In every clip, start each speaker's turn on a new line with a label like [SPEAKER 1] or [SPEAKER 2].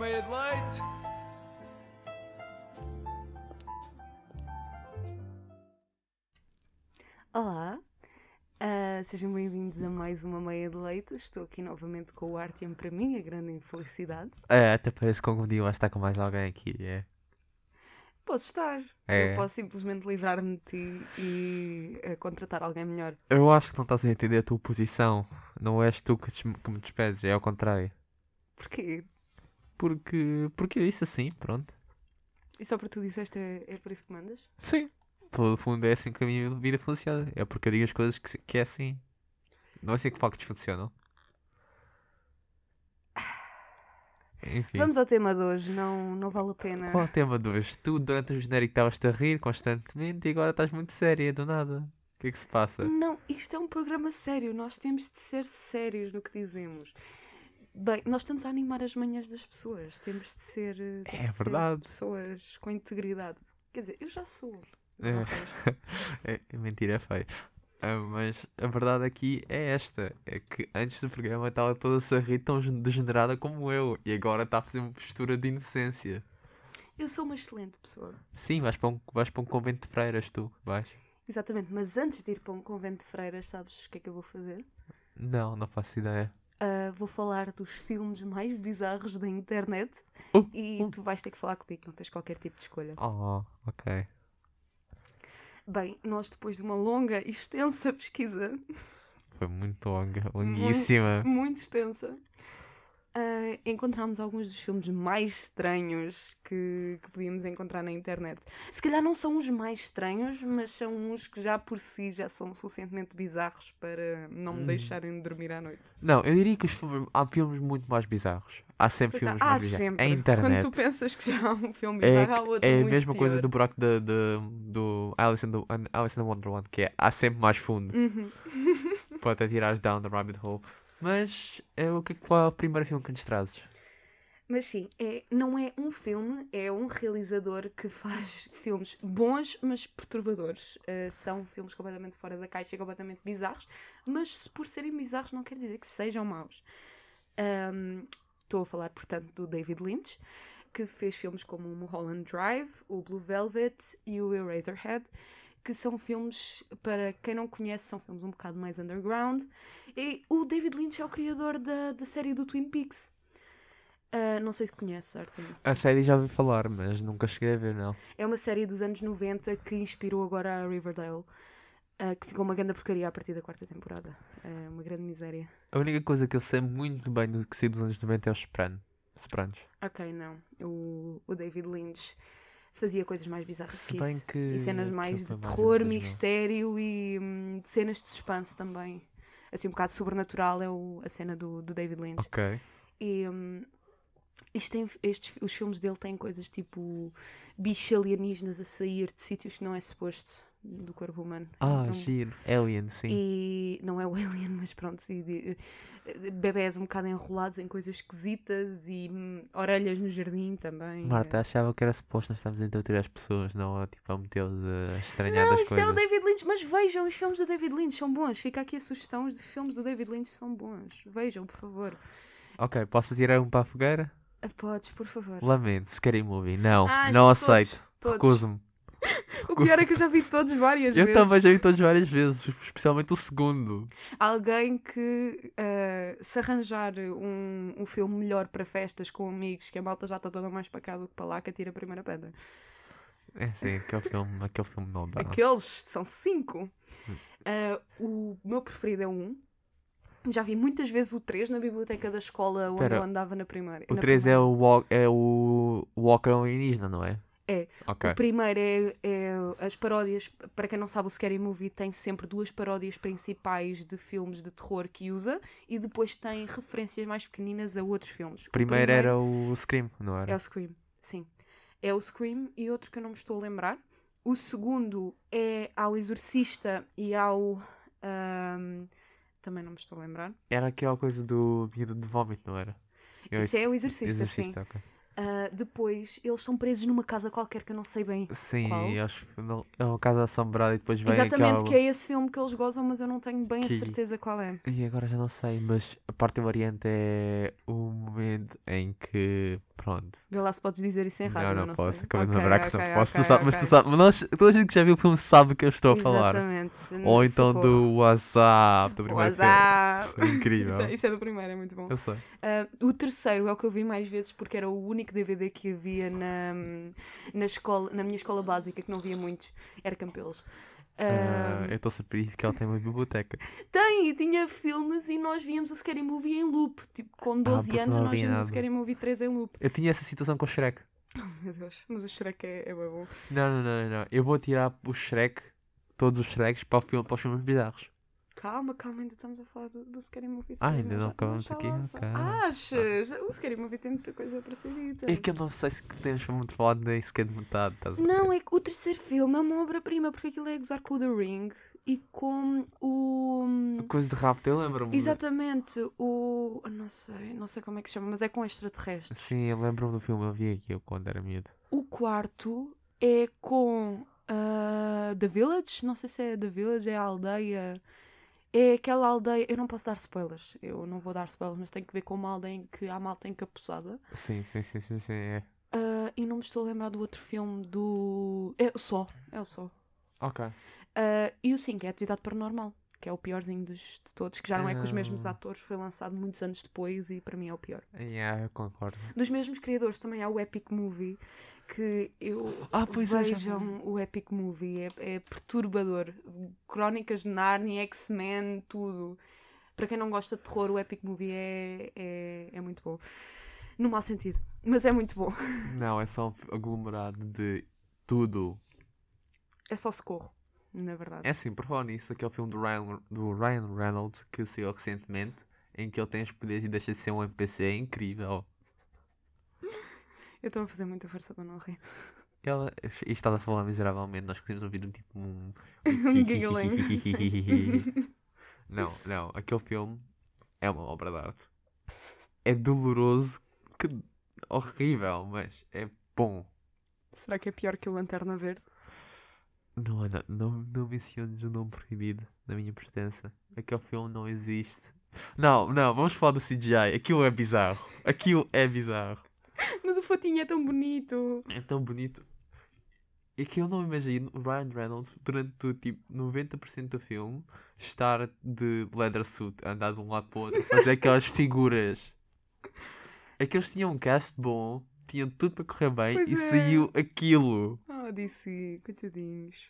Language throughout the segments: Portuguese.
[SPEAKER 1] made it light.
[SPEAKER 2] Olá, ah, sejam bem-vindos a mais uma Meia de Leite. Estou aqui novamente com o Artyom, para mim, a grande infelicidade.
[SPEAKER 3] É, até parece que algum dia vais estar com mais alguém aqui, é.
[SPEAKER 2] Posso estar,
[SPEAKER 3] É.
[SPEAKER 2] eu posso simplesmente livrar-me de ti e eh, contratar alguém melhor.
[SPEAKER 3] Eu acho que não estás a entender a tua posição. Não és tu que, des- que me despedes, é ao contrário.
[SPEAKER 2] Porquê?
[SPEAKER 3] Porque. Porque eu disse assim, pronto.
[SPEAKER 2] E só para tu disseste é, é por isso que mandas?
[SPEAKER 3] Sim. Pelo fundo é assim que a minha vida funciona. É porque eu digo as coisas que, se- que é assim. Não é assim que factos funcionam. Enfim.
[SPEAKER 2] Vamos ao tema de hoje, não, não vale a pena.
[SPEAKER 3] Qual é o tema de hoje? Tu durante o genérico estavas-te a rir constantemente e agora estás muito séria, do nada. O que é que se passa?
[SPEAKER 2] Não, isto é um programa sério, nós temos de ser sérios no que dizemos. Bem, nós estamos a animar as manhãs das pessoas, temos de ser, eh, temos
[SPEAKER 3] É
[SPEAKER 2] de ser
[SPEAKER 3] verdade.
[SPEAKER 2] pessoas com integridade. Quer dizer, eu já sou.
[SPEAKER 3] É.
[SPEAKER 2] não gosto.
[SPEAKER 3] É, é mentira, é feio. Ah, mas a verdade aqui é esta: é que antes do programa estava toda a rir tão gen- degenerada como eu, e agora está a fazer uma postura de inocência.
[SPEAKER 2] Eu sou uma excelente pessoa.
[SPEAKER 3] Sim, vais para um, vais para um convento de freiras, tu vais?
[SPEAKER 2] Exatamente, mas antes de ir para um convento de freiras, sabes o que é que eu vou fazer?
[SPEAKER 3] Não, não faço ideia.
[SPEAKER 2] Ah, vou falar dos filmes mais bizarros da internet
[SPEAKER 3] Uh,
[SPEAKER 2] e tu vais ter que falar comigo, não tens qualquer tipo de escolha.
[SPEAKER 3] Oh, ok.
[SPEAKER 2] Bem, nós depois de uma longa e extensa pesquisa
[SPEAKER 3] Foi muito longa, longuíssima.
[SPEAKER 2] muito extensa. Ah, encontramos alguns dos filmes mais estranhos que, que podíamos encontrar na internet. Se calhar não são os mais estranhos, mas são uns que já por si já são suficientemente bizarros para não me
[SPEAKER 3] Hum.
[SPEAKER 2] deixarem dormir à noite.
[SPEAKER 3] Não, eu diria que os filmes- há filmes muito mais bizarros. Há sempre
[SPEAKER 2] Pois há,
[SPEAKER 3] filmes
[SPEAKER 2] há
[SPEAKER 3] Um mais bizarros.
[SPEAKER 2] sempre.
[SPEAKER 3] É internet.
[SPEAKER 2] Quando tu pensas que já há um filme
[SPEAKER 3] É,
[SPEAKER 2] bizarro, há outro
[SPEAKER 3] é a
[SPEAKER 2] muito
[SPEAKER 3] mesma coisa
[SPEAKER 2] pior.
[SPEAKER 3] do buraco de, de, do Alice in, the, Alice in the Wonderland, que é há sempre mais fundo.
[SPEAKER 2] Uhum.
[SPEAKER 3] Pode até tirares down the rabbit hole. Mas é o que, qual é o primeiro filme que nos trazes?
[SPEAKER 2] Mas sim, é, não é um filme, é um realizador que faz filmes bons, mas perturbadores. Uh, são filmes completamente fora da caixa, e completamente bizarros, mas se por serem bizarros não quer dizer que sejam maus. Um, Estou a falar, portanto, do David Lynch, que fez filmes como o Mulholland Drive, o Blue Velvet e o Eraserhead, que são filmes, para quem não conhece, são filmes um bocado mais underground. E o David Lynch é o criador da, da série do Twin Peaks. Ah, não sei se conhece, Artem.
[SPEAKER 3] A série já ouvi falar, mas nunca cheguei a ver, não.
[SPEAKER 2] É uma série dos anos 90 que inspirou agora a Riverdale, ah, que ficou uma grande porcaria a partir da quarta temporada. É uma grande miséria.
[SPEAKER 3] A única coisa que eu sei muito bem do que sei dos anos 90 é os Sopranos. Sopranos.
[SPEAKER 2] Ok, não. O, o David Lynch fazia coisas mais bizarras
[SPEAKER 3] Se
[SPEAKER 2] que
[SPEAKER 3] bem
[SPEAKER 2] isso.
[SPEAKER 3] que.
[SPEAKER 2] E cenas
[SPEAKER 3] aquilo
[SPEAKER 2] mais
[SPEAKER 3] foi
[SPEAKER 2] de
[SPEAKER 3] nos
[SPEAKER 2] terror,
[SPEAKER 3] 2000.
[SPEAKER 2] mistério e hum, cenas de suspense também. Assim, um bocado sobrenatural é o- a cena do, do David Lynch.
[SPEAKER 3] Ok.
[SPEAKER 2] E hum, isto tem- estes, os filmes dele têm coisas tipo bichos alienígenas a sair de sítios que não é suposto do corpo humano.
[SPEAKER 3] Ah,
[SPEAKER 2] Não- é?
[SPEAKER 3] giro. Alien, sim.
[SPEAKER 2] E não é o Alien, mas pronto, e de- eh, bebés um bocado enrolados em coisas esquisitas e hum, orelhas no jardim também.
[SPEAKER 3] Marta, achava que era suposto nós estamos a entreter as pessoas, não a, tipo, a meter-os a estranhar
[SPEAKER 2] Não,
[SPEAKER 3] das
[SPEAKER 2] isto
[SPEAKER 3] coisas.
[SPEAKER 2] é o David Lynch, mas vejam, os filmes do David Lynch são bons. Fica aqui a sugestão, os filmes do David Lynch são bons. Vejam, por favor.
[SPEAKER 3] Ok, posso tirar um para a fogueira?
[SPEAKER 2] Ah, Podes, por favor.
[SPEAKER 3] Lamento, Scary Movie. Não,
[SPEAKER 2] Ai,
[SPEAKER 3] não
[SPEAKER 2] todos,
[SPEAKER 3] aceito.
[SPEAKER 2] todos.
[SPEAKER 3] Recuso-me.
[SPEAKER 2] O pior é que eu já vi todos várias
[SPEAKER 3] Eu
[SPEAKER 2] vezes.
[SPEAKER 3] também já vi todos várias vezes, especialmente o segundo.
[SPEAKER 2] Alguém que ah, se arranjar um, um filme melhor para festas com amigos, que a malta já está toda mais para cá do que para lá, que atira a primeira pedra.
[SPEAKER 3] É sim, aquele filme, aquele filme não dá.
[SPEAKER 2] Aqueles são cinco.
[SPEAKER 3] Hum.
[SPEAKER 2] Ah, o meu preferido é o um. Já vi muitas vezes o 3 na biblioteca da escola onde
[SPEAKER 3] Espera,
[SPEAKER 2] eu andava na primária.
[SPEAKER 3] O
[SPEAKER 2] na
[SPEAKER 3] 3 é
[SPEAKER 2] primária.
[SPEAKER 3] o, walk, é o Walker alienígena, não é?
[SPEAKER 2] É.
[SPEAKER 3] Ok.
[SPEAKER 2] O primeiro é, é as paródias. Para quem não sabe, o Scary Movie tem sempre duas paródias principais de filmes de terror que usa e depois tem referências mais pequeninas a outros filmes. O
[SPEAKER 3] Primeiro era o Scream, não era?
[SPEAKER 2] É o Scream, sim. É o Scream e outro que eu não me estou a lembrar. O segundo é ao Exorcista e ao. ahm, também não me estou a lembrar.
[SPEAKER 3] Era aquela coisa do medo de vómito, não era? Eu-
[SPEAKER 2] Isso é o é Exorcista, sim.
[SPEAKER 3] ok.
[SPEAKER 2] Ah, depois eles são presos numa casa qualquer que eu não sei bem.
[SPEAKER 3] Sim,
[SPEAKER 2] Qual?
[SPEAKER 3] eu acho que não- é uma casa assombrada e depois vem
[SPEAKER 2] Exatamente,
[SPEAKER 3] aquela...
[SPEAKER 2] que é esse filme que eles gozam, mas eu não tenho bem
[SPEAKER 3] Que-
[SPEAKER 2] a certeza qual é.
[SPEAKER 3] E agora já não sei, mas a parte variante é o momento em que. Pronto.
[SPEAKER 2] Vê lá se podes dizer isso em rádio.
[SPEAKER 3] não,
[SPEAKER 2] eu
[SPEAKER 3] não, posso.
[SPEAKER 2] né? sei.
[SPEAKER 3] Acabei de
[SPEAKER 2] Ok,
[SPEAKER 3] lembrar que não
[SPEAKER 2] ok,
[SPEAKER 3] posso.
[SPEAKER 2] ok,
[SPEAKER 3] tu sabes, mas tu
[SPEAKER 2] ok.
[SPEAKER 3] sabes. Mas nós, toda a gente que já viu o filme sabe do que eu estou a falar.
[SPEAKER 2] Exatamente.
[SPEAKER 3] Ou então do WhatsApp, do primeiro
[SPEAKER 2] WhatsApp.
[SPEAKER 3] filme. Foi incrível.
[SPEAKER 2] Isso, é- isso é do primeiro, é muito bom.
[SPEAKER 3] Eu sei.
[SPEAKER 2] Ah, o terceiro é o que eu vi mais vezes porque era o único DVD que havia na, na, escola, na minha escola básica, que não havia muitos, era Campelos. Ah,
[SPEAKER 3] Ah, eu estou surpreendido que ela tem uma biblioteca.
[SPEAKER 2] Tem, e tinha filmes e nós víamos o Scary Movie em loop. Tipo, com 12
[SPEAKER 3] Ah, porque
[SPEAKER 2] anos
[SPEAKER 3] não
[SPEAKER 2] nós
[SPEAKER 3] havia
[SPEAKER 2] víamos o
[SPEAKER 3] nada.
[SPEAKER 2] Scary Movie 3 em loop.
[SPEAKER 3] Eu tinha essa situação com o Shrek.
[SPEAKER 2] Meu Deus, mas o Shrek é, é bué bom.
[SPEAKER 3] Não, não, não, não, não. Eu vou tirar o Shrek, todos os Shreks, para, o filme, para os filmes bizarros.
[SPEAKER 2] Calma, calma, ainda estamos a falar do, do Scary Movie 3.
[SPEAKER 3] Ah, ainda
[SPEAKER 2] nós
[SPEAKER 3] não
[SPEAKER 2] já- nós
[SPEAKER 3] acabamos
[SPEAKER 2] já
[SPEAKER 3] aqui?
[SPEAKER 2] lá-
[SPEAKER 3] Ok.
[SPEAKER 2] Achas? O Scary Movie tem muita coisa para ser dita.
[SPEAKER 3] É que eu não sei se podemos muito falar nem sequer de metade. Estás a ver?
[SPEAKER 2] Não, é que o terceiro filme é uma obra-prima, porque aquilo é gozar com o The Ring e com o.
[SPEAKER 3] A Coisa de rapto, eu lembro-me.
[SPEAKER 2] Exatamente, o. Não sei, não sei como é que se chama, mas é com extraterrestres.
[SPEAKER 3] Sim, eu lembro-me do filme, eu vi aqui eu quando era miúdo.
[SPEAKER 2] O quarto é com ah, The Village, não sei se é The Village, é a aldeia. É aquela aldeia. Eu não posso dar spoilers, eu não vou dar spoilers, mas tem que ver com uma aldeia em que há malta encapuçada.
[SPEAKER 3] Sim, sim, sim, sim, sim, é.
[SPEAKER 2] Ah, e não me estou a lembrar do outro filme do. É o Só, é o Só.
[SPEAKER 3] Ok.
[SPEAKER 2] Ah, e o 5 é Atividade Paranormal, que é o piorzinho dos, de todos, que já não é com os mesmos
[SPEAKER 3] Ah.
[SPEAKER 2] atores, foi lançado muitos anos depois e para mim é o pior.
[SPEAKER 3] Yeah, eu concordo.
[SPEAKER 2] Dos mesmos criadores também há o Epic Movie, que eu.
[SPEAKER 3] Ah, pois é, já
[SPEAKER 2] Vejam o Epic Movie, é, é perturbador. Crónicas de Narnia, X-Men, tudo. Para quem não gosta de terror, o Epic Movie é, é, é muito bom. No mau sentido, mas é muito bom.
[SPEAKER 3] Não, é só um aglomerado de tudo.
[SPEAKER 2] É só socorro, na verdade.
[SPEAKER 3] É assim, por falar nisso, aquele filme do Ryan, do Ryan Reynolds que saiu recentemente, em que ele tem os poderes e deixa de ser um NPC, é incrível.
[SPEAKER 2] Eu estou a fazer muita força para não rir.
[SPEAKER 3] Ela, isto estás a falar miseravelmente, nós conseguimos ouvir um tipo um.
[SPEAKER 2] Um giggling,
[SPEAKER 3] não, não, aquele filme é uma obra de arte. É doloroso, que horrível, mas é bom.
[SPEAKER 2] Será que é pior que o Lanterna Verde?
[SPEAKER 3] Não, Ana, não, não menciones o nome proibido na minha presença. Aquele filme não existe. Não, não, vamos falar do CGI. Aquilo é bizarro. Aquilo é bizarro.
[SPEAKER 2] Mas o fotinho é tão bonito.
[SPEAKER 3] É tão bonito. É que eu não imagino o Ryan Reynolds durante o tipo 90% do filme estar de leather suit, a andar de um lado para o outro, fazer aquelas figuras. É que eles tinham um cast bom, tinham tudo para correr bem
[SPEAKER 2] Pois
[SPEAKER 3] e
[SPEAKER 2] é.
[SPEAKER 3] saiu aquilo.
[SPEAKER 2] Oh, disse, coitadinhos.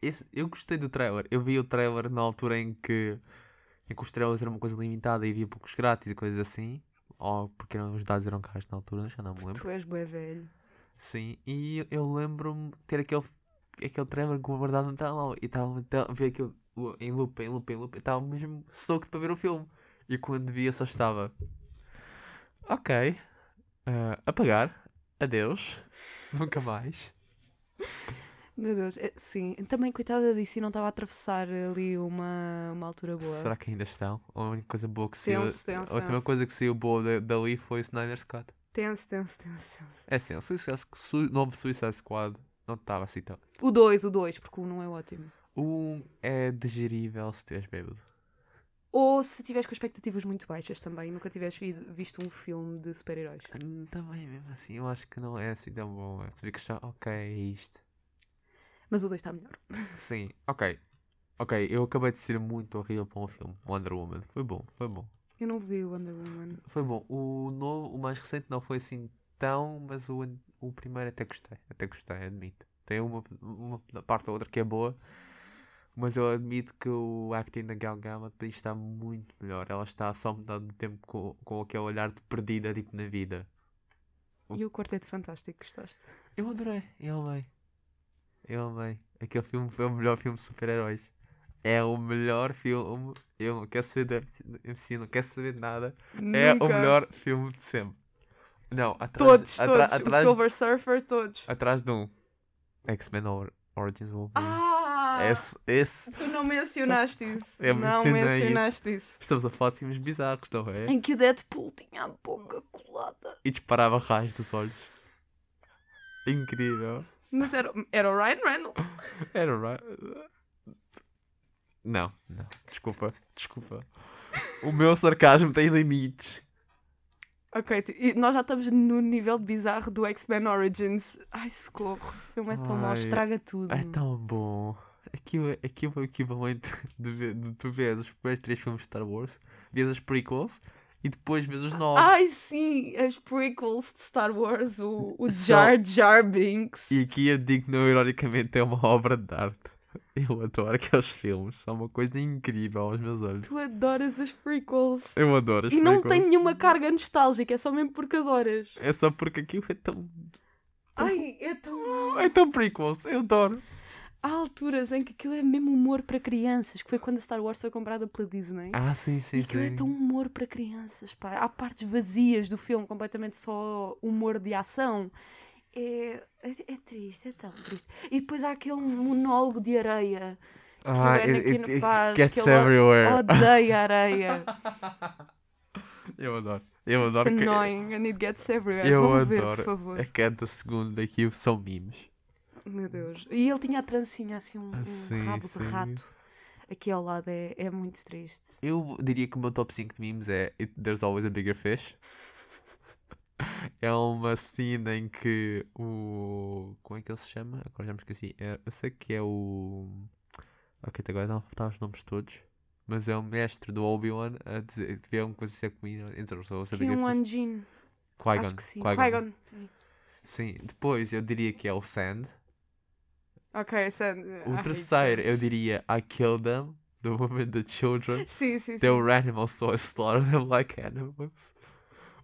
[SPEAKER 3] Esse- eu gostei do trailer. Eu vi o trailer na altura em que, em que os trailers eram uma coisa limitada e havia poucos grátis e coisas assim. Ou porque eram, os dados eram caros na altura, já não me lembro.
[SPEAKER 2] Tu és bué velho.
[SPEAKER 3] Sim, e eu- eu lembro-me de ter aquele, aquele trailer guardado no telão e estava a ver aquilo lu- em loop, em loop, em loop. Estava mesmo soco para ver o filme. E quando vi, eu só estava. Ok. ah, apagar. Adeus. Nunca mais.
[SPEAKER 2] Meu Deus, é- sim. Também, coitada disso, não estava a atravessar ali uma, uma altura boa.
[SPEAKER 3] Será que ainda estão? A única coisa boa que saiu.
[SPEAKER 2] Tenso, tenso,
[SPEAKER 3] A última
[SPEAKER 2] tenso.
[SPEAKER 3] coisa que saiu boa da- dali foi o Snyder Scott.
[SPEAKER 2] Tenso, tenso, tenso, tenso.
[SPEAKER 3] É assim, o Suicide, Su- novo Suicide Squad não estava assim tão.
[SPEAKER 2] O 2, o 2, porque o não é ótimo.
[SPEAKER 3] O um é digerível se estiveres bêbado.
[SPEAKER 2] Ou se tiveres com expectativas muito baixas também, nunca tiveres vido- visto um filme de super-heróis.
[SPEAKER 3] Hum, Também, mesmo assim, eu acho que não é assim tão bom. Tu ficas só, ok, é isto.
[SPEAKER 2] Mas o 2 está melhor.
[SPEAKER 3] Sim, ok. Ok, eu acabei de ser muito horrível para um filme. Wonder Woman. Foi bom, foi bom.
[SPEAKER 2] Eu não vi o Wonder Woman.
[SPEAKER 3] Foi bom. O novo, o mais recente não foi assim tão, mas o, an- o primeiro até gostei. Até gostei, admito. Tem uma, uma parte ou outra que é boa, mas eu admito que o acting da Gal Gadot para isto está muito melhor. Ela está só metade do tempo com, com aquele olhar de perdida, tipo, na vida.
[SPEAKER 2] E o Quarteto Fantástico, gostaste?
[SPEAKER 3] Eu adorei, eu amei. Eu amei. Aquele filme foi o melhor filme de super-heróis. É o melhor filme. Eu não quero saber do MC, do MC, não quero saber de nada. É o melhor filme de sempre. Não, atrás,
[SPEAKER 2] Todos,
[SPEAKER 3] atra-
[SPEAKER 2] todos.
[SPEAKER 3] atrás,
[SPEAKER 2] O Silver Surfer, todos.
[SPEAKER 3] atrás de um X-Men Or- Origins Wolverine.
[SPEAKER 2] Ah, Ah,
[SPEAKER 3] Esse, esse,
[SPEAKER 2] tu não mencionaste isso.
[SPEAKER 3] Eu
[SPEAKER 2] não
[SPEAKER 3] mencionei isso.
[SPEAKER 2] mencionaste isso.
[SPEAKER 3] estamos a falar de filmes bizarros, não é?
[SPEAKER 2] Em que o Deadpool tinha a boca colada.
[SPEAKER 3] E disparava raios dos olhos. Incrível.
[SPEAKER 2] Mas era, era o Ryan Reynolds.
[SPEAKER 3] Era right. Não, não. Desculpa, desculpa. O meu sarcasmo tem limites.
[SPEAKER 2] ok, tu- e nós já estamos no nível de bizarro do X-Men Origins. Ai, socorro. Esse filme é tão mau,
[SPEAKER 3] Ai,
[SPEAKER 2] estraga tudo.
[SPEAKER 3] É tão bom. Aquilo, é- aquilo é o equivalente de, ver, de tu vês os primeiros três filmes de Star Wars, vês as prequels e depois vês os novos.
[SPEAKER 2] Ai, sim, as prequels de Star Wars, o, o
[SPEAKER 3] Só-
[SPEAKER 2] Jar Jar Binks.
[SPEAKER 3] E aqui eu digo não ironicamente é uma obra de arte. Eu adoro aqueles filmes, são uma coisa incrível aos meus olhos.
[SPEAKER 2] Tu adoras as prequels.
[SPEAKER 3] Eu adoro as
[SPEAKER 2] E não
[SPEAKER 3] prequels.
[SPEAKER 2] tem nenhuma carga nostálgica, é só mesmo porque adoras.
[SPEAKER 3] É só porque aquilo é tão.
[SPEAKER 2] Ai, é tão mau.
[SPEAKER 3] É tão prequels, eu adoro.
[SPEAKER 2] Há alturas em que aquilo é mesmo humor para crianças, que foi quando a Star Wars foi comprada pela Disney.
[SPEAKER 3] Ah, sim, sim,
[SPEAKER 2] e aquilo é
[SPEAKER 3] sim.
[SPEAKER 2] tão humor para crianças, pá. Há partes vazias do filme, completamente só humor de ação. É, é, é triste, é tão triste. E depois há aquele monólogo de areia.
[SPEAKER 3] Ah,
[SPEAKER 2] que o
[SPEAKER 3] it, it,
[SPEAKER 2] Anakin
[SPEAKER 3] it
[SPEAKER 2] faz,
[SPEAKER 3] gets
[SPEAKER 2] que ele-
[SPEAKER 3] everywhere.
[SPEAKER 2] Odeia areia.
[SPEAKER 3] Eu adoro. Eu
[SPEAKER 2] It's
[SPEAKER 3] adoro que
[SPEAKER 2] annoying and it gets everywhere.
[SPEAKER 3] Eu
[SPEAKER 2] Vão ver,
[SPEAKER 3] adoro.
[SPEAKER 2] por favor.
[SPEAKER 3] a cada segundo daquilo são memes.
[SPEAKER 2] Meu Deus. E ele tinha a trancinha assim, um,
[SPEAKER 3] É Ah,
[SPEAKER 2] um
[SPEAKER 3] sim,
[SPEAKER 2] rabo
[SPEAKER 3] sim.
[SPEAKER 2] de rato. Aqui ao lado é, é muito triste.
[SPEAKER 3] Eu diria que o meu top 5 de memes é It- There's Always a Bigger Fish. É uma cena em que o. Como é que ele se chama? Agora já me esqueci. É- eu sei que é o. Ok, até agora não faltar os nomes todos. Mas é o mestre do Obi-Wan a dizer. Devia uma coisa assim ser comida. Entre os Always a
[SPEAKER 2] Que
[SPEAKER 3] Bigger
[SPEAKER 2] um
[SPEAKER 3] Fish.
[SPEAKER 2] anjinho.
[SPEAKER 3] Qui-Gon,
[SPEAKER 2] Acho que sim.
[SPEAKER 3] Qui-Gon.
[SPEAKER 2] Qui-Gon.
[SPEAKER 3] Sim, depois eu diria que é o Sand.
[SPEAKER 2] Ok, essa... eh, ah,
[SPEAKER 3] O terceiro eu diria I Killed Them, The Women, The Children.
[SPEAKER 2] Sim, sim,
[SPEAKER 3] They
[SPEAKER 2] sim.
[SPEAKER 3] were animals, so I slaughtered them like animals.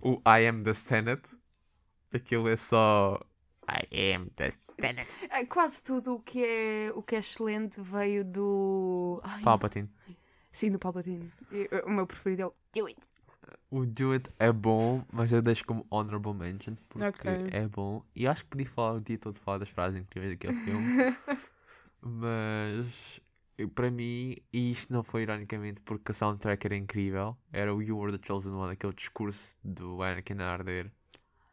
[SPEAKER 3] O I am the Senate. Aquilo é só. I am the Senate.
[SPEAKER 2] Ah, Quase tudo o que é, o que é excelente veio do... Ai,
[SPEAKER 3] Palpatine.
[SPEAKER 2] Sim, do Palpatine. E, uh, o meu preferido é o... Do it.
[SPEAKER 3] O Do It é bom, mas eu deixo como honorable mention. Porque
[SPEAKER 2] Ok.
[SPEAKER 3] é bom. E acho que podia falar o dia todo falar das frases incríveis daquele filme. mas. eu- Para mim, e isto não foi ironicamente porque a soundtrack era incrível, era o You Were the Chosen One, aquele discurso do Anakin a arder.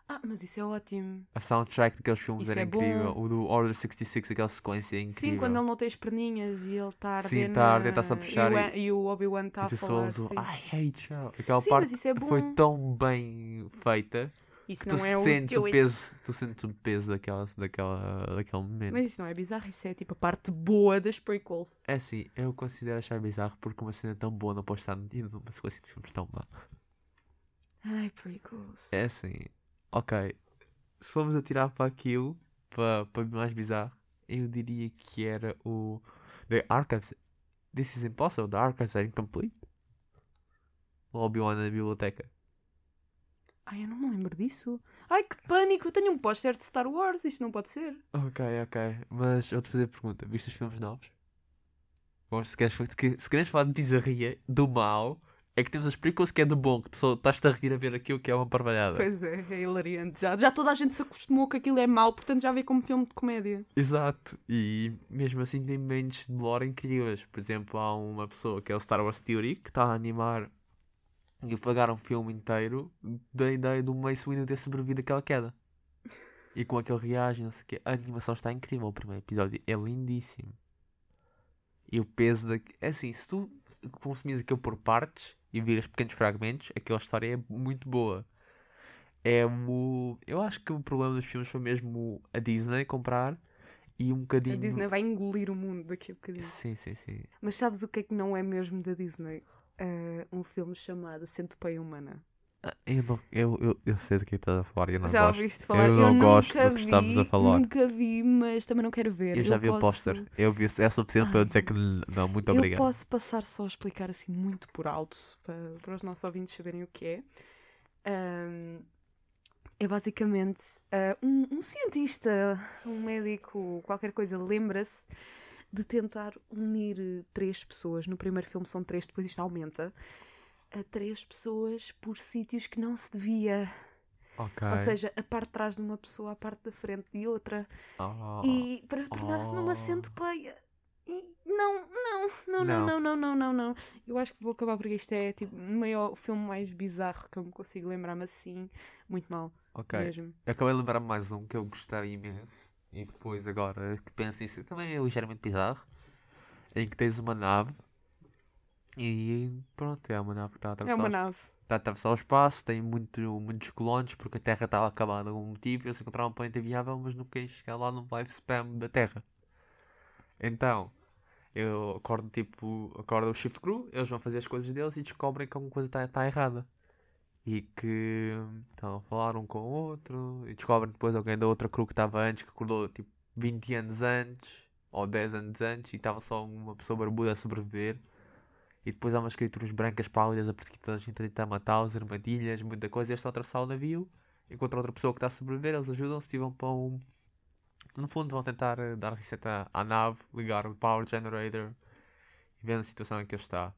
[SPEAKER 2] Ah, mas isso é ótimo.
[SPEAKER 3] A soundtrack daqueles filmes
[SPEAKER 2] Isso
[SPEAKER 3] era
[SPEAKER 2] é bom.
[SPEAKER 3] incrível. O do Order 66, aquela sequência é incrível.
[SPEAKER 2] Sim, quando ele não tem as perninhas e ele está a
[SPEAKER 3] Sim,
[SPEAKER 2] arder
[SPEAKER 3] tá a arder,
[SPEAKER 2] na-
[SPEAKER 3] tá-se a puxar
[SPEAKER 2] E o,
[SPEAKER 3] e-
[SPEAKER 2] An- e o Obi-Wan está
[SPEAKER 3] E
[SPEAKER 2] a
[SPEAKER 3] tu só
[SPEAKER 2] falar.
[SPEAKER 3] ouves o
[SPEAKER 2] Sim,
[SPEAKER 3] I hate you. Aquela
[SPEAKER 2] Sim,
[SPEAKER 3] parte
[SPEAKER 2] mas isso é bom.
[SPEAKER 3] foi tão bem feita.
[SPEAKER 2] Isso
[SPEAKER 3] Tu
[SPEAKER 2] não é
[SPEAKER 3] sentes
[SPEAKER 2] o
[SPEAKER 3] o
[SPEAKER 2] do it.
[SPEAKER 3] peso. Tu sentes o peso daquela, daquela, daquele momento.
[SPEAKER 2] Mas isso não é bizarro, isso é tipo a parte boa das prequels.
[SPEAKER 3] É assim, eu considero achar bizarro porque uma cena tão boa não pode estar metida numa sequência de filmes tão má.
[SPEAKER 2] Ai, prequels.
[SPEAKER 3] É assim, ok. Se formos atirar para aquilo, para, para mais bizarro, eu diria que era o. The Archives. This is impossible, the archives are incomplete. O Obi-Wan na biblioteca.
[SPEAKER 2] Ai, eu não me lembro disso. Ai, que pânico, eu tenho um póster de Star Wars, isto não pode ser.
[SPEAKER 3] Ok, ok. Mas eu te fazer a pergunta: viste os filmes novos? Bom, se queres, se queres falar de bizarria, do mal, é que temos as prequels que é do bom, que tu só estás-te a rir a ver aquilo que é uma parvalhada.
[SPEAKER 2] Pois é, é hilariante. Já, já toda a gente se acostumou que aquilo é mau, portanto já vê como filme de comédia.
[SPEAKER 3] Exato, e mesmo assim tem momentos de lore incríveis. Por exemplo, há uma pessoa que é o Star Wars Theory que está a animar e pagar um filme inteiro da ideia do Mace Windu ter sobrevivido àquela queda. E com aquele reage, não sei o quê. A animação está incrível. O primeiro episódio é lindíssimo. E o peso da. é Assim, se tu consumires aquilo por partes e viras pequenos fragmentos, aquela história é muito boa. É o. Eu acho que o problema dos filmes foi mesmo a Disney comprar e um
[SPEAKER 2] A
[SPEAKER 3] bocadinho.
[SPEAKER 2] Disney é vai engolir o mundo daqui a bocadinho.
[SPEAKER 3] Sim, sim, sim.
[SPEAKER 2] Mas sabes o que é que não é mesmo da Disney? Ah, um filme chamado Centopeia Humana.
[SPEAKER 3] Ah, Eu, não, eu, eu, eu sei do que estás a falar. Eu não
[SPEAKER 2] já
[SPEAKER 3] gosto.
[SPEAKER 2] ouviste falar?
[SPEAKER 3] Eu não
[SPEAKER 2] nunca
[SPEAKER 3] gosto do que estamos a
[SPEAKER 2] vi,
[SPEAKER 3] falar.
[SPEAKER 2] Nunca vi, mas também não quero ver.
[SPEAKER 3] Eu já vi o
[SPEAKER 2] posso-
[SPEAKER 3] póster. Eu vi é suficiente para eu dizer que n- não, muito
[SPEAKER 2] Eu
[SPEAKER 3] obrigado.
[SPEAKER 2] posso passar só a explicar assim muito por alto para, para os nossos ouvintes saberem o que é. Ahm, é basicamente ah, um, um cientista, um médico, qualquer coisa, lembra-se de tentar unir eh, três pessoas. No primeiro filme são três, depois isto aumenta. A três pessoas por sítios que não se devia.
[SPEAKER 3] Ok.
[SPEAKER 2] Ou seja, a parte de trás de uma pessoa, a parte da frente de outra
[SPEAKER 3] Ah,
[SPEAKER 2] e para tornar-se numa
[SPEAKER 3] Oh.
[SPEAKER 2] centopeia. Não, não, não, não,
[SPEAKER 3] Não.
[SPEAKER 2] não, não, não, não, não. Eu acho que vou acabar porque isto é tipo o maior o filme mais bizarro que eu me consigo lembrar, mas assim, muito mal
[SPEAKER 3] Ok.
[SPEAKER 2] mesmo.
[SPEAKER 3] Eu acabei de lembrar-me mais um que eu gostei imenso. E depois, agora que penso isso, também é ligeiramente bizarro. Em que tens uma nave. E pronto, é uma nave que está a
[SPEAKER 2] É
[SPEAKER 3] atravessar,
[SPEAKER 2] uma
[SPEAKER 3] o, es-
[SPEAKER 2] nave.
[SPEAKER 3] está a atravessar Tá, o espaço. Tem muito, muitos colonos porque a Terra estava acabada por algum motivo. Eles encontraram um planeta viável, mas não quis chegar lá no lifespan da Terra. Então, eu acordo tipo, acorda o shift crew, eles vão fazer as coisas deles e descobrem que alguma coisa está errada. E que estão a falar um com o outro e descobrem depois alguém da outra crew que estava antes, que acordou tipo 20 anos antes ou 10 anos antes e estava só uma pessoa barbuda a sobreviver. E depois há umas criaturas brancas pálidas a perseguir-os, a tentar matá-los, armadilhas, muita coisa. E eles estão a atravessar o navio, encontram outra pessoa que está a sobreviver, eles ajudam-se e vão para um no fundo vão tentar eh, dar reset à, à nave, ligar o power generator e ver a situação em que ele está.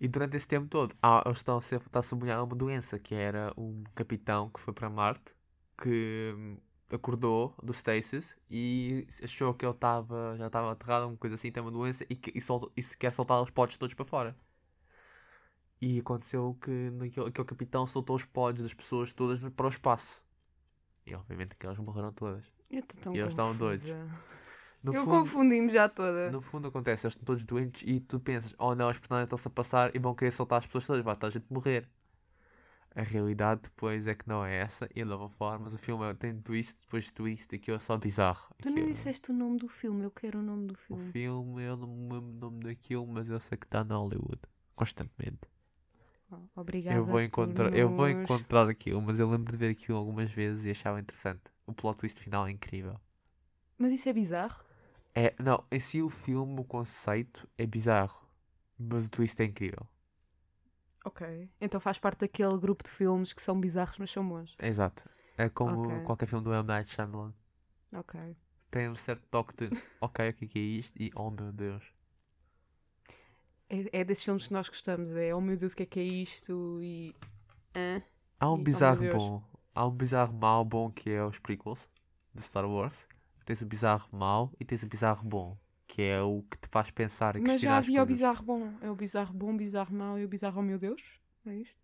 [SPEAKER 3] E durante esse tempo todo, há, eles estão a ser está a sublinhar uma doença que era um capitão que foi para Marte que hum, acordou do stasis e achou que ele estava já estava aterrado, uma coisa assim, tem uma doença e, que, e, sol, e se quer soltar os pods todos para fora. E aconteceu que naquele, aquele capitão soltou os pods das pessoas todas para o espaço. E obviamente que elas morreram todas.
[SPEAKER 2] Eu estou tão
[SPEAKER 3] E eles estavam doidos.
[SPEAKER 2] confusa.
[SPEAKER 3] No
[SPEAKER 2] eu
[SPEAKER 3] fundo-
[SPEAKER 2] confundi-me já toda.
[SPEAKER 3] no fundo acontece, eles estão todos doentes e tu pensas, oh não, os personagens estão-se a passar e vão querer soltar as pessoas todas, vai estar a gente morrer. A realidade depois é que não é essa e não vão falar, mas o filme é- tem twist, depois twist, aquilo é só bizarro.
[SPEAKER 2] Tu nem
[SPEAKER 3] Aquilo-
[SPEAKER 2] disseste o nome do filme, eu quero o nome do
[SPEAKER 3] O
[SPEAKER 2] filme.
[SPEAKER 3] filme, eu não me lembro o nome daquilo, mas eu sei que está na Hollywood, constantemente.
[SPEAKER 2] Oh, Obrigada.
[SPEAKER 3] eu vou
[SPEAKER 2] por
[SPEAKER 3] encontrar, eu vou
[SPEAKER 2] nos-
[SPEAKER 3] encontrar aquilo, mas eu lembro de ver aquilo algumas vezes e achava interessante. O plot twist final é incrível.
[SPEAKER 2] Mas isso é bizarro?
[SPEAKER 3] É, não, em si o filme, o conceito é bizarro, mas o twist é incrível.
[SPEAKER 2] Ok. Então faz parte daquele grupo de filmes que são bizarros, mas são bons.
[SPEAKER 3] Exato. É como
[SPEAKER 2] Ok.
[SPEAKER 3] qualquer filme do M. Night Shyamalan.
[SPEAKER 2] Ok.
[SPEAKER 3] Tem um certo toque de, ok, o que é que é isto? E, oh meu Deus.
[SPEAKER 2] É, é desses filmes que nós gostamos. É, oh meu Deus, o que é que é isto? E. Hã?
[SPEAKER 3] Há
[SPEAKER 2] E, oh,
[SPEAKER 3] um
[SPEAKER 2] meu
[SPEAKER 3] bizarro
[SPEAKER 2] Deus.
[SPEAKER 3] bom. Há um bizarro mau bom que é os prequels do Star Wars. Tens o bizarro mau e tens o bizarro bom. Que é o que te faz pensar e
[SPEAKER 2] Mas já
[SPEAKER 3] questionar as
[SPEAKER 2] havia o
[SPEAKER 3] coisas.
[SPEAKER 2] bizarro bom. É o bizarro bom, bizarro mau e o bizarro, oh meu Deus. É isto?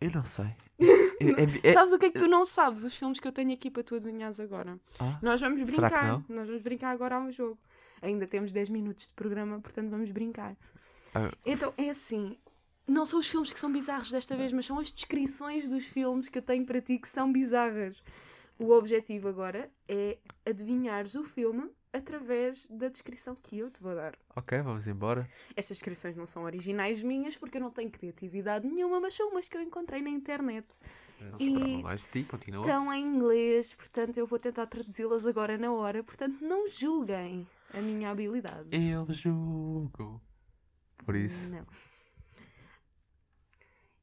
[SPEAKER 3] Eu não sei. É- é- é-
[SPEAKER 2] Sabes o que é que tu não sabes? Os filmes que eu tenho aqui para tu adivinhares agora.
[SPEAKER 3] Ah,
[SPEAKER 2] Nós vamos
[SPEAKER 3] Será
[SPEAKER 2] brincar.
[SPEAKER 3] que não?
[SPEAKER 2] Nós vamos brincar agora a um jogo. Ainda temos 10 minutos de programa, portanto vamos brincar.
[SPEAKER 3] Ah.
[SPEAKER 2] Então é assim. Não são os filmes que são bizarros desta vez, mas são as descrições dos filmes que eu tenho para ti que são bizarras. O objetivo agora é adivinhares o filme através da descrição que eu te vou dar.
[SPEAKER 3] ok, vamos embora.
[SPEAKER 2] Estas descrições não são originais minhas porque eu não tenho criatividade nenhuma, mas são umas que eu encontrei na internet.
[SPEAKER 3] Não
[SPEAKER 2] E- então
[SPEAKER 3] esperava mais de ti, continua.
[SPEAKER 2] Estão em inglês, portanto eu vou tentar traduzi-las agora na hora, portanto não julguem a minha habilidade.
[SPEAKER 3] Eu julgo. Por isso.
[SPEAKER 2] Não.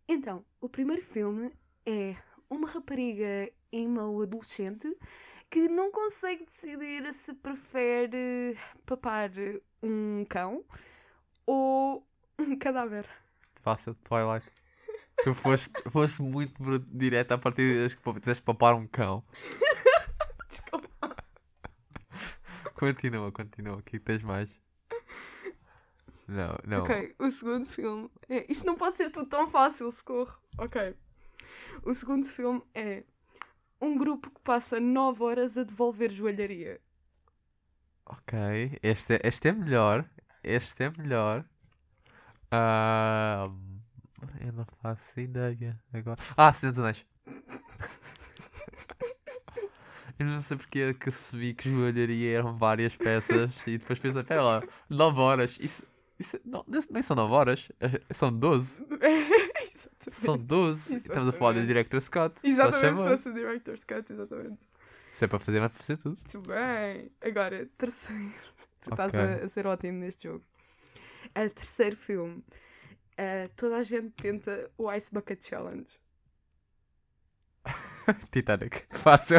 [SPEAKER 2] Então, o primeiro filme é uma rapariga emo adolescente que não consegue decidir se prefere papar um cão ou um cadáver.
[SPEAKER 3] Fácil, Twilight. Tu foste, foste muito bru- direto a partir das que pa- disseste papar um cão. Continua, continua. O que é que tens mais? Não, não.
[SPEAKER 2] Ok, o segundo filme. É, isto não pode ser tudo tão fácil, socorro. Ok. O segundo filme é um grupo que passa 9 horas a devolver joalharia.
[SPEAKER 3] Ok, Este, é- este é melhor. Este é melhor. Ah, eu não faço ideia agora. Ah, Senhor dos Anéis. Eu não sei porque é que subi que joalharia eram várias peças e depois pensei, pera lá, 9 horas, isso, isso não, nem- nem são 9 horas, eh, são 12, são 12, estamos a falar do
[SPEAKER 2] Exatamente.
[SPEAKER 3] Director Scott, faz
[SPEAKER 2] Exatamente, se
[SPEAKER 3] favor.
[SPEAKER 2] fosse o Director's Cut, exatamente.
[SPEAKER 3] se é para fazer, vai fazer tudo,
[SPEAKER 2] Muito bem. Agora, terceiro. Tu estás
[SPEAKER 3] Ok.
[SPEAKER 2] a, a ser ótimo neste jogo. Ah, terceiro filme. Ah, toda a gente tenta o Ice Bucket Challenge.
[SPEAKER 3] Titanic, fácil,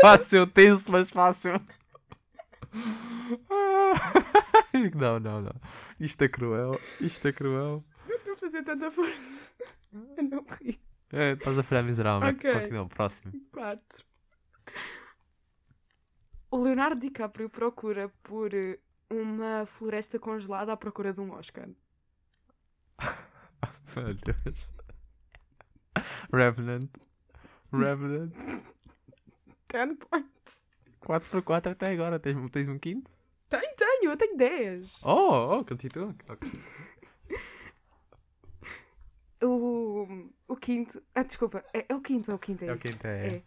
[SPEAKER 3] fácil, tenso, mas fácil, não, não, não, isto é cruel, isto é cruel,
[SPEAKER 2] Eu estou a fazer tanta força. Eu não ri.
[SPEAKER 3] Eh, estás a falhar miseravelmente,
[SPEAKER 2] Ok.
[SPEAKER 3] continua, próximo,
[SPEAKER 2] 4. O Leonardo DiCaprio procura por eh, uma floresta congelada à procura de um Oscar.
[SPEAKER 3] Meu Deus. Revenant. Revenant.
[SPEAKER 2] 10 points.
[SPEAKER 3] 4x4 até agora. Tens, tens um quinto?
[SPEAKER 2] Tenho, tenho, eu tenho 10.
[SPEAKER 3] Oh, oh, continua. Ok.
[SPEAKER 2] O, o quinto. Ah, desculpa. É, é o quinto, é o quinto, é,
[SPEAKER 3] É o
[SPEAKER 2] isso.
[SPEAKER 3] quinto, é.
[SPEAKER 2] É.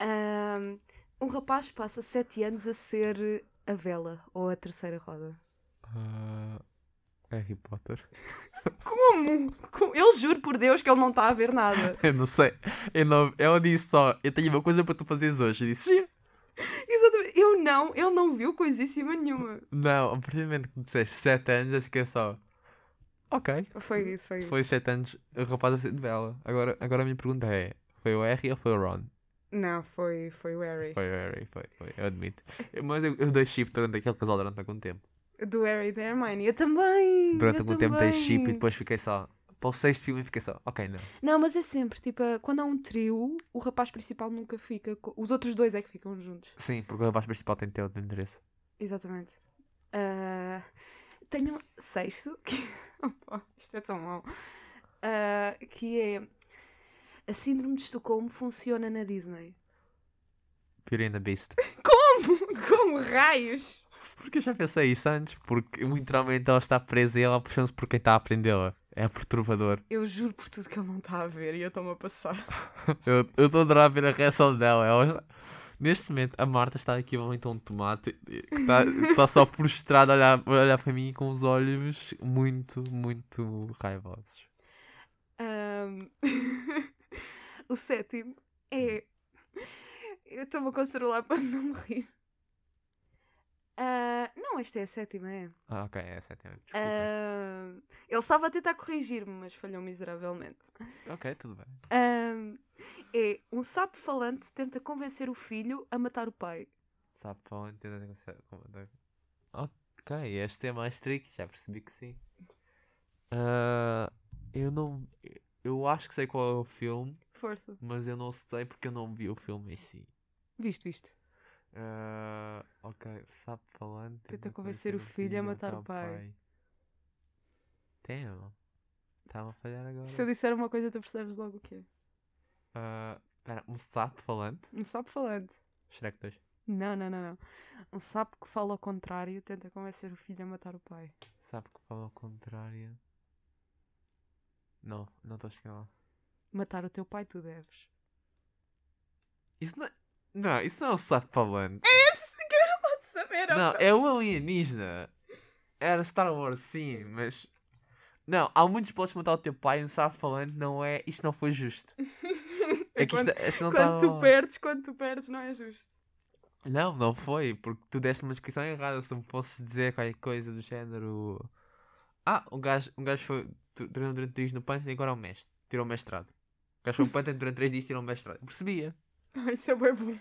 [SPEAKER 2] Ahm, um rapaz passa 7 anos a ser a vela ou a terceira roda.
[SPEAKER 3] Ah, Harry Potter.
[SPEAKER 2] Como? Como? Eu juro por Deus que ele não está a ver nada.
[SPEAKER 3] Eu não sei. Eu não, ela disse só, eu tenho uma coisa para tu fazeres hoje. Eu disse, "Giro."
[SPEAKER 2] Exatamente. Eu não, ele não viu coisíssima nenhuma.
[SPEAKER 3] não, a partir do momento que me disseste 7 anos, acho que é só. Ok.
[SPEAKER 2] Foi isso, foi isso.
[SPEAKER 3] Foi 7 anos, o rapaz a ser de vela. Agora, agora a minha pergunta é: foi o Harry ou foi o Ron?
[SPEAKER 2] Não, foi, foi o Harry.
[SPEAKER 3] Foi o Harry, foi, foi, eu admito. Eu- Mas eu, eu dei chip durante aquele casal durante algum tempo.
[SPEAKER 2] Do Harry e da Hermione. Eu também!
[SPEAKER 3] Durante
[SPEAKER 2] eu
[SPEAKER 3] algum tempo dei chip e
[SPEAKER 2] também.
[SPEAKER 3] depois fiquei só. Para o sexto filme fiquei só, ok, não.
[SPEAKER 2] Não, mas é sempre, tipo, quando há um trio, o rapaz principal nunca fica. co- Os outros dois é que ficam juntos.
[SPEAKER 3] Sim, porque o rapaz principal tem teu endereço.
[SPEAKER 2] Exatamente. Ah, tenho um sexto, que... Opa, isto é tão mau, Ah, que é... A Síndrome de Estocolmo funciona na Disney.
[SPEAKER 3] Beauty and the Beast.
[SPEAKER 2] Como raios!
[SPEAKER 3] Porque eu já pensei isso antes, porque literalmente ela está presa e ela puxando-se por quem está a prendê-la. É perturbador.
[SPEAKER 2] Eu juro por tudo que ele não está a ver e eu estou-me a passar.
[SPEAKER 3] Eu eu estou a adorar ver a reação dela. Ela já- Neste momento, a Marta está aqui a um de tomate que está, está só prostrada a olhar, a olhar para mim com os olhos muito, muito raivosos.
[SPEAKER 2] Ahm, o sétimo é. Eu estou-me a controlar para não me rir. Ah, não, esta é a sétima, é?
[SPEAKER 3] Ah, ok, é sétima. Desculpa.
[SPEAKER 2] Ahm, ele estava a tentar corrigir-me, mas falhou miseravelmente.
[SPEAKER 3] Ok, tudo bem.
[SPEAKER 2] Ahm, é um sapo falante tenta convencer o filho a matar o pai.
[SPEAKER 3] Sabe para onde eu tenho que ser- como- tenho- Ok, este é mais tricky, já percebi que sim. Ah, eu não. Eu acho que sei qual é o filme,
[SPEAKER 2] Força.
[SPEAKER 3] mas eu não sei porque eu não vi o filme em si.
[SPEAKER 2] Visto, visto.
[SPEAKER 3] Ah, ok, sabe falando.
[SPEAKER 2] Tenta convencer
[SPEAKER 3] um
[SPEAKER 2] o filho a matar o pai.
[SPEAKER 3] Tem, Estava a falhar agora.
[SPEAKER 2] Se eu disser uma coisa, tu percebes logo o que é.
[SPEAKER 3] Ah, espera, um sapo falante?
[SPEAKER 2] Um sapo falante.
[SPEAKER 3] Shrek 2.
[SPEAKER 2] Não, não, não, não. Um sapo que fala ao contrário tenta convencer o filho a matar o pai.
[SPEAKER 3] Sapo que fala ao contrário. Não, não estou a chegar lá.
[SPEAKER 2] Matar o teu pai, tu deves.
[SPEAKER 3] Isso não é... Não, isso não é um sapo falante.
[SPEAKER 2] Saber
[SPEAKER 3] Não, é um alienígena. Era Star Wars, sim, mas... Não, há muitos podes matar o teu pai e um sapo falante não é... Isto não foi justo. É que isto, isto não
[SPEAKER 2] quando
[SPEAKER 3] estava-
[SPEAKER 2] tu perdes, quando tu perdes, não é justo.
[SPEAKER 3] Não, não foi, porque tu deste uma descrição errada. Se tu me fosses dizer qualquer coisa do género. Ah, um gajo, um gajo foi. tu- Treinou durante 3 dias no Panther e agora é um mestre. Tirou o mestrado. O gajo foi um Panther durante 3 dias e tirou o mestrado. Eu percebia.
[SPEAKER 2] Isso é bem bom.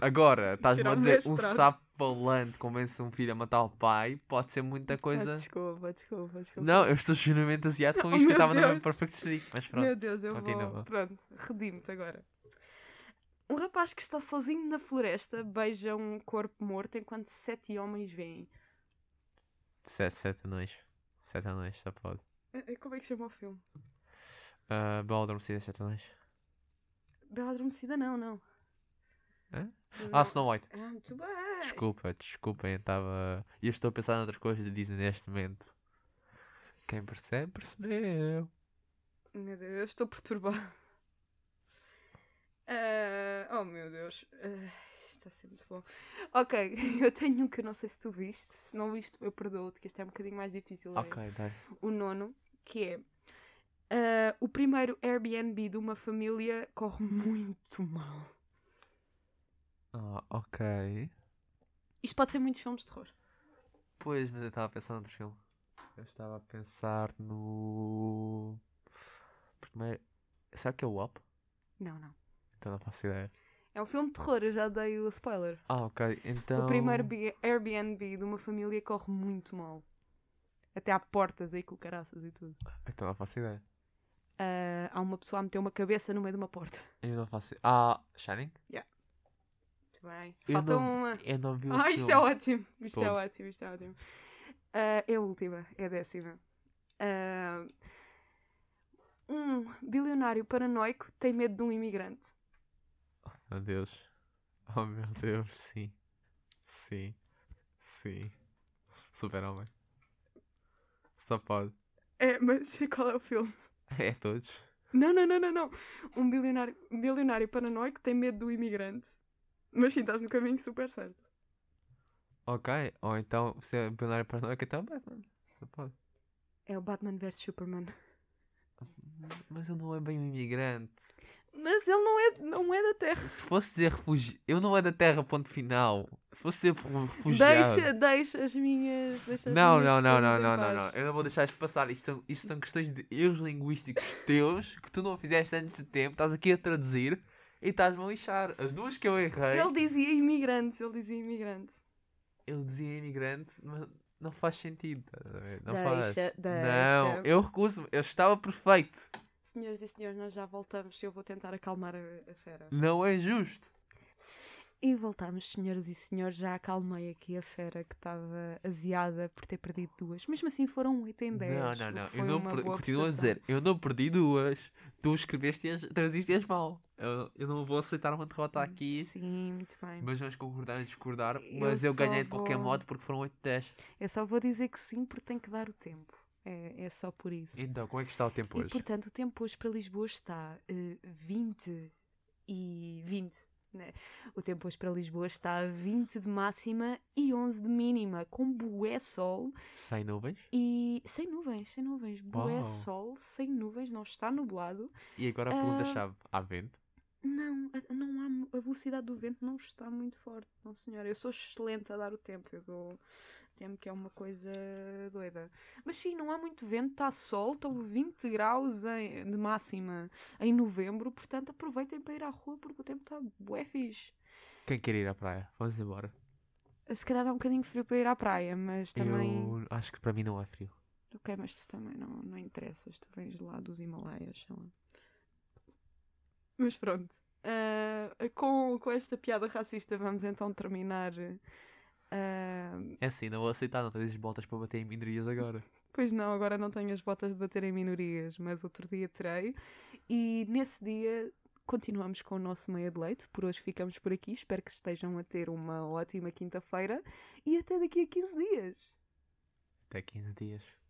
[SPEAKER 3] Agora, estás-me a
[SPEAKER 2] Tirar o
[SPEAKER 3] dizer um
[SPEAKER 2] mestrado.
[SPEAKER 3] sapo falante convence um filho a matar o pai, pode ser muita coisa.
[SPEAKER 2] desculpa, desculpa, desculpa.
[SPEAKER 3] Não, eu estou genuinamente asiado com
[SPEAKER 2] Oh,
[SPEAKER 3] isto que
[SPEAKER 2] meu
[SPEAKER 3] eu estava na
[SPEAKER 2] Deus.
[SPEAKER 3] mesma Perfect Streak, mas pronto.
[SPEAKER 2] Meu Deus, eu
[SPEAKER 3] continua.
[SPEAKER 2] vou. Pronto, redimo-te agora. Um rapaz que está sozinho na floresta beija um corpo morto enquanto sete homens vêm.
[SPEAKER 3] Sete, sete anões. Sete anões, só pode.
[SPEAKER 2] Eh, Como é que chama o filme?
[SPEAKER 3] Uh, Bela adormecida, sete anões.
[SPEAKER 2] Bela Adormecida, não, não.
[SPEAKER 3] Hã?
[SPEAKER 2] Não.
[SPEAKER 3] Ah, Snow White.
[SPEAKER 2] Ah, muito bem.
[SPEAKER 3] Desculpa, desculpa, eu estava. Eu estou a pensar noutras coisas de Disney neste momento. Quem percebe, percebeu.
[SPEAKER 2] Meu Deus, eu estou perturbada. Ah, oh meu Deus. Ah, isto está a ser muito bom. Ok, eu tenho um que eu não sei se tu viste. Se não viste, eu perdoo-te, que este é um bocadinho mais difícil. ainda.
[SPEAKER 3] Ok, tá. dai.
[SPEAKER 2] O nono, que é. ah, o primeiro Airbnb de uma família corre muito mal.
[SPEAKER 3] Ah, ok.
[SPEAKER 2] Isto pode ser muitos filmes de terror.
[SPEAKER 3] Pois, mas eu estava a pensar noutro filme. Eu estava a pensar no. Primeiro. Será que é o Up?
[SPEAKER 2] Não, não.
[SPEAKER 3] Então não faço ideia.
[SPEAKER 2] É um filme de terror, eu já dei o spoiler.
[SPEAKER 3] Ah, ok, então.
[SPEAKER 2] O primeiro bi- Airbnb de uma família corre muito mal. Até há portas aí com caraças e tudo.
[SPEAKER 3] Então não faço ideia.
[SPEAKER 2] Ah, há uma pessoa a meter uma cabeça no meio de uma porta.
[SPEAKER 3] Eu não faço. Ah, Shining?
[SPEAKER 2] bem.
[SPEAKER 3] Eu
[SPEAKER 2] Falta
[SPEAKER 3] não-
[SPEAKER 2] uma.
[SPEAKER 3] Eu não vi o
[SPEAKER 2] Ah, isto é
[SPEAKER 3] filme.
[SPEAKER 2] ótimo. Isto é
[SPEAKER 3] todo.
[SPEAKER 2] ótimo, isto é ótimo. Ah, é a última, é a décima. Ah, um bilionário paranoico tem medo de um imigrante.
[SPEAKER 3] Meu Deus. Oh meu Deus, sim. Sim. Sim. Super-homem. Só pode.
[SPEAKER 2] É, mas qual é o filme?
[SPEAKER 3] É todos.
[SPEAKER 2] Não, não, não, não, não. Um bilionário, um bilionário paranoico tem medo do imigrante. Mas sim, estás no caminho super certo.
[SPEAKER 3] Ok. Ou então você é bilionário paranoico, então é Batman. Só pode.
[SPEAKER 2] É o Batman vs Superman.
[SPEAKER 3] Mas eu não é bem um imigrante.
[SPEAKER 2] Mas ele não é, não é da Terra.
[SPEAKER 3] Se fosse dizer refugiado. Eu não é da Terra, ponto final. Se fosse dizer refugiado.
[SPEAKER 2] Deixa, deixa as minhas. Deixa as
[SPEAKER 3] Não, não,
[SPEAKER 2] minhas
[SPEAKER 3] não, não,
[SPEAKER 2] coisas em
[SPEAKER 3] não, não,
[SPEAKER 2] paz.
[SPEAKER 3] não. Eu não vou deixar isto passar. Isto são, isto são questões de erros linguísticos teus que tu não fizeste antes de tempo. Estás aqui a traduzir e estás-me a lixar. As duas que eu errei,
[SPEAKER 2] Ele dizia imigrante, ele dizia imigrante.
[SPEAKER 3] eu dizia imigrante, mas não faz sentido. estás a ver? Não faz.
[SPEAKER 2] deixa, deixa.
[SPEAKER 3] Não, eu recuso-me. Eu estava perfeito.
[SPEAKER 2] Senhoras e senhores, nós já voltamos. Eu vou tentar acalmar a, a fera.
[SPEAKER 3] Não é justo.
[SPEAKER 2] E voltamos, senhoras e senhores. Já acalmei aqui a fera que estava aziada por ter perdido duas. Mesmo assim, foram 8 em 10.
[SPEAKER 3] não,
[SPEAKER 2] o que
[SPEAKER 3] não, não.
[SPEAKER 2] foi
[SPEAKER 3] Eu não
[SPEAKER 2] uma
[SPEAKER 3] per...
[SPEAKER 2] boa
[SPEAKER 3] Continuo a
[SPEAKER 2] prestação.
[SPEAKER 3] dizer. Eu não perdi duas. Tu escreveste-as, traduziste-as mal. Eu, eu não vou aceitar uma derrota aqui.
[SPEAKER 2] Sim, muito bem.
[SPEAKER 3] Mas vamos concordar e discordar.
[SPEAKER 2] Eu
[SPEAKER 3] Mas eu,
[SPEAKER 2] só
[SPEAKER 3] ganhei de qualquer
[SPEAKER 2] vou-
[SPEAKER 3] modo porque foram 8 de 10.
[SPEAKER 2] Eu só vou dizer que sim porque tem que dar o tempo. É, é só por isso.
[SPEAKER 3] Então, como é que está o tempo
[SPEAKER 2] E
[SPEAKER 3] hoje?
[SPEAKER 2] portanto, o tempo hoje para Lisboa está eh, 20 e 20. Né? O tempo hoje para Lisboa está a 20 de máxima e 11 de mínima, com bué sol
[SPEAKER 3] Sem nuvens?
[SPEAKER 2] e sem nuvens, sem nuvens. Bué
[SPEAKER 3] Uau.
[SPEAKER 2] sol, sem nuvens, não está nublado.
[SPEAKER 3] E agora a pergunta-chave.
[SPEAKER 2] Ah.
[SPEAKER 3] Há vento?
[SPEAKER 2] Não, a- não há, mu- a velocidade do vento não está muito forte, não senhora. Eu sou excelente a dar o tempo, eu dou tempo que é uma coisa doida. Mas sim, não há muito vento, está sol, estão 20 graus em- de máxima em novembro, portanto aproveitem para ir à rua porque o tempo está bué fixe.
[SPEAKER 3] Quem quer ir à praia? Vamos embora.
[SPEAKER 2] Se calhar dá um bocadinho frio para ir à praia, mas também...
[SPEAKER 3] Eu acho que para mim não é frio.
[SPEAKER 2] Ok, mas tu também não, não interessas, tu vens lá dos Himalaias, sei lá. Mas pronto. Ah, com, com esta piada racista vamos então terminar. Ah,
[SPEAKER 3] É assim, não vou aceitar. Não tens botas para bater em minorias agora.
[SPEAKER 2] pois não, agora não tenho as botas de bater em minorias, mas outro dia terei. E nesse dia continuamos com o nosso meia de leite. Por hoje ficamos por aqui. Espero que estejam a ter uma ótima quinta-feira e até daqui a 15 dias.
[SPEAKER 3] Até 15 dias.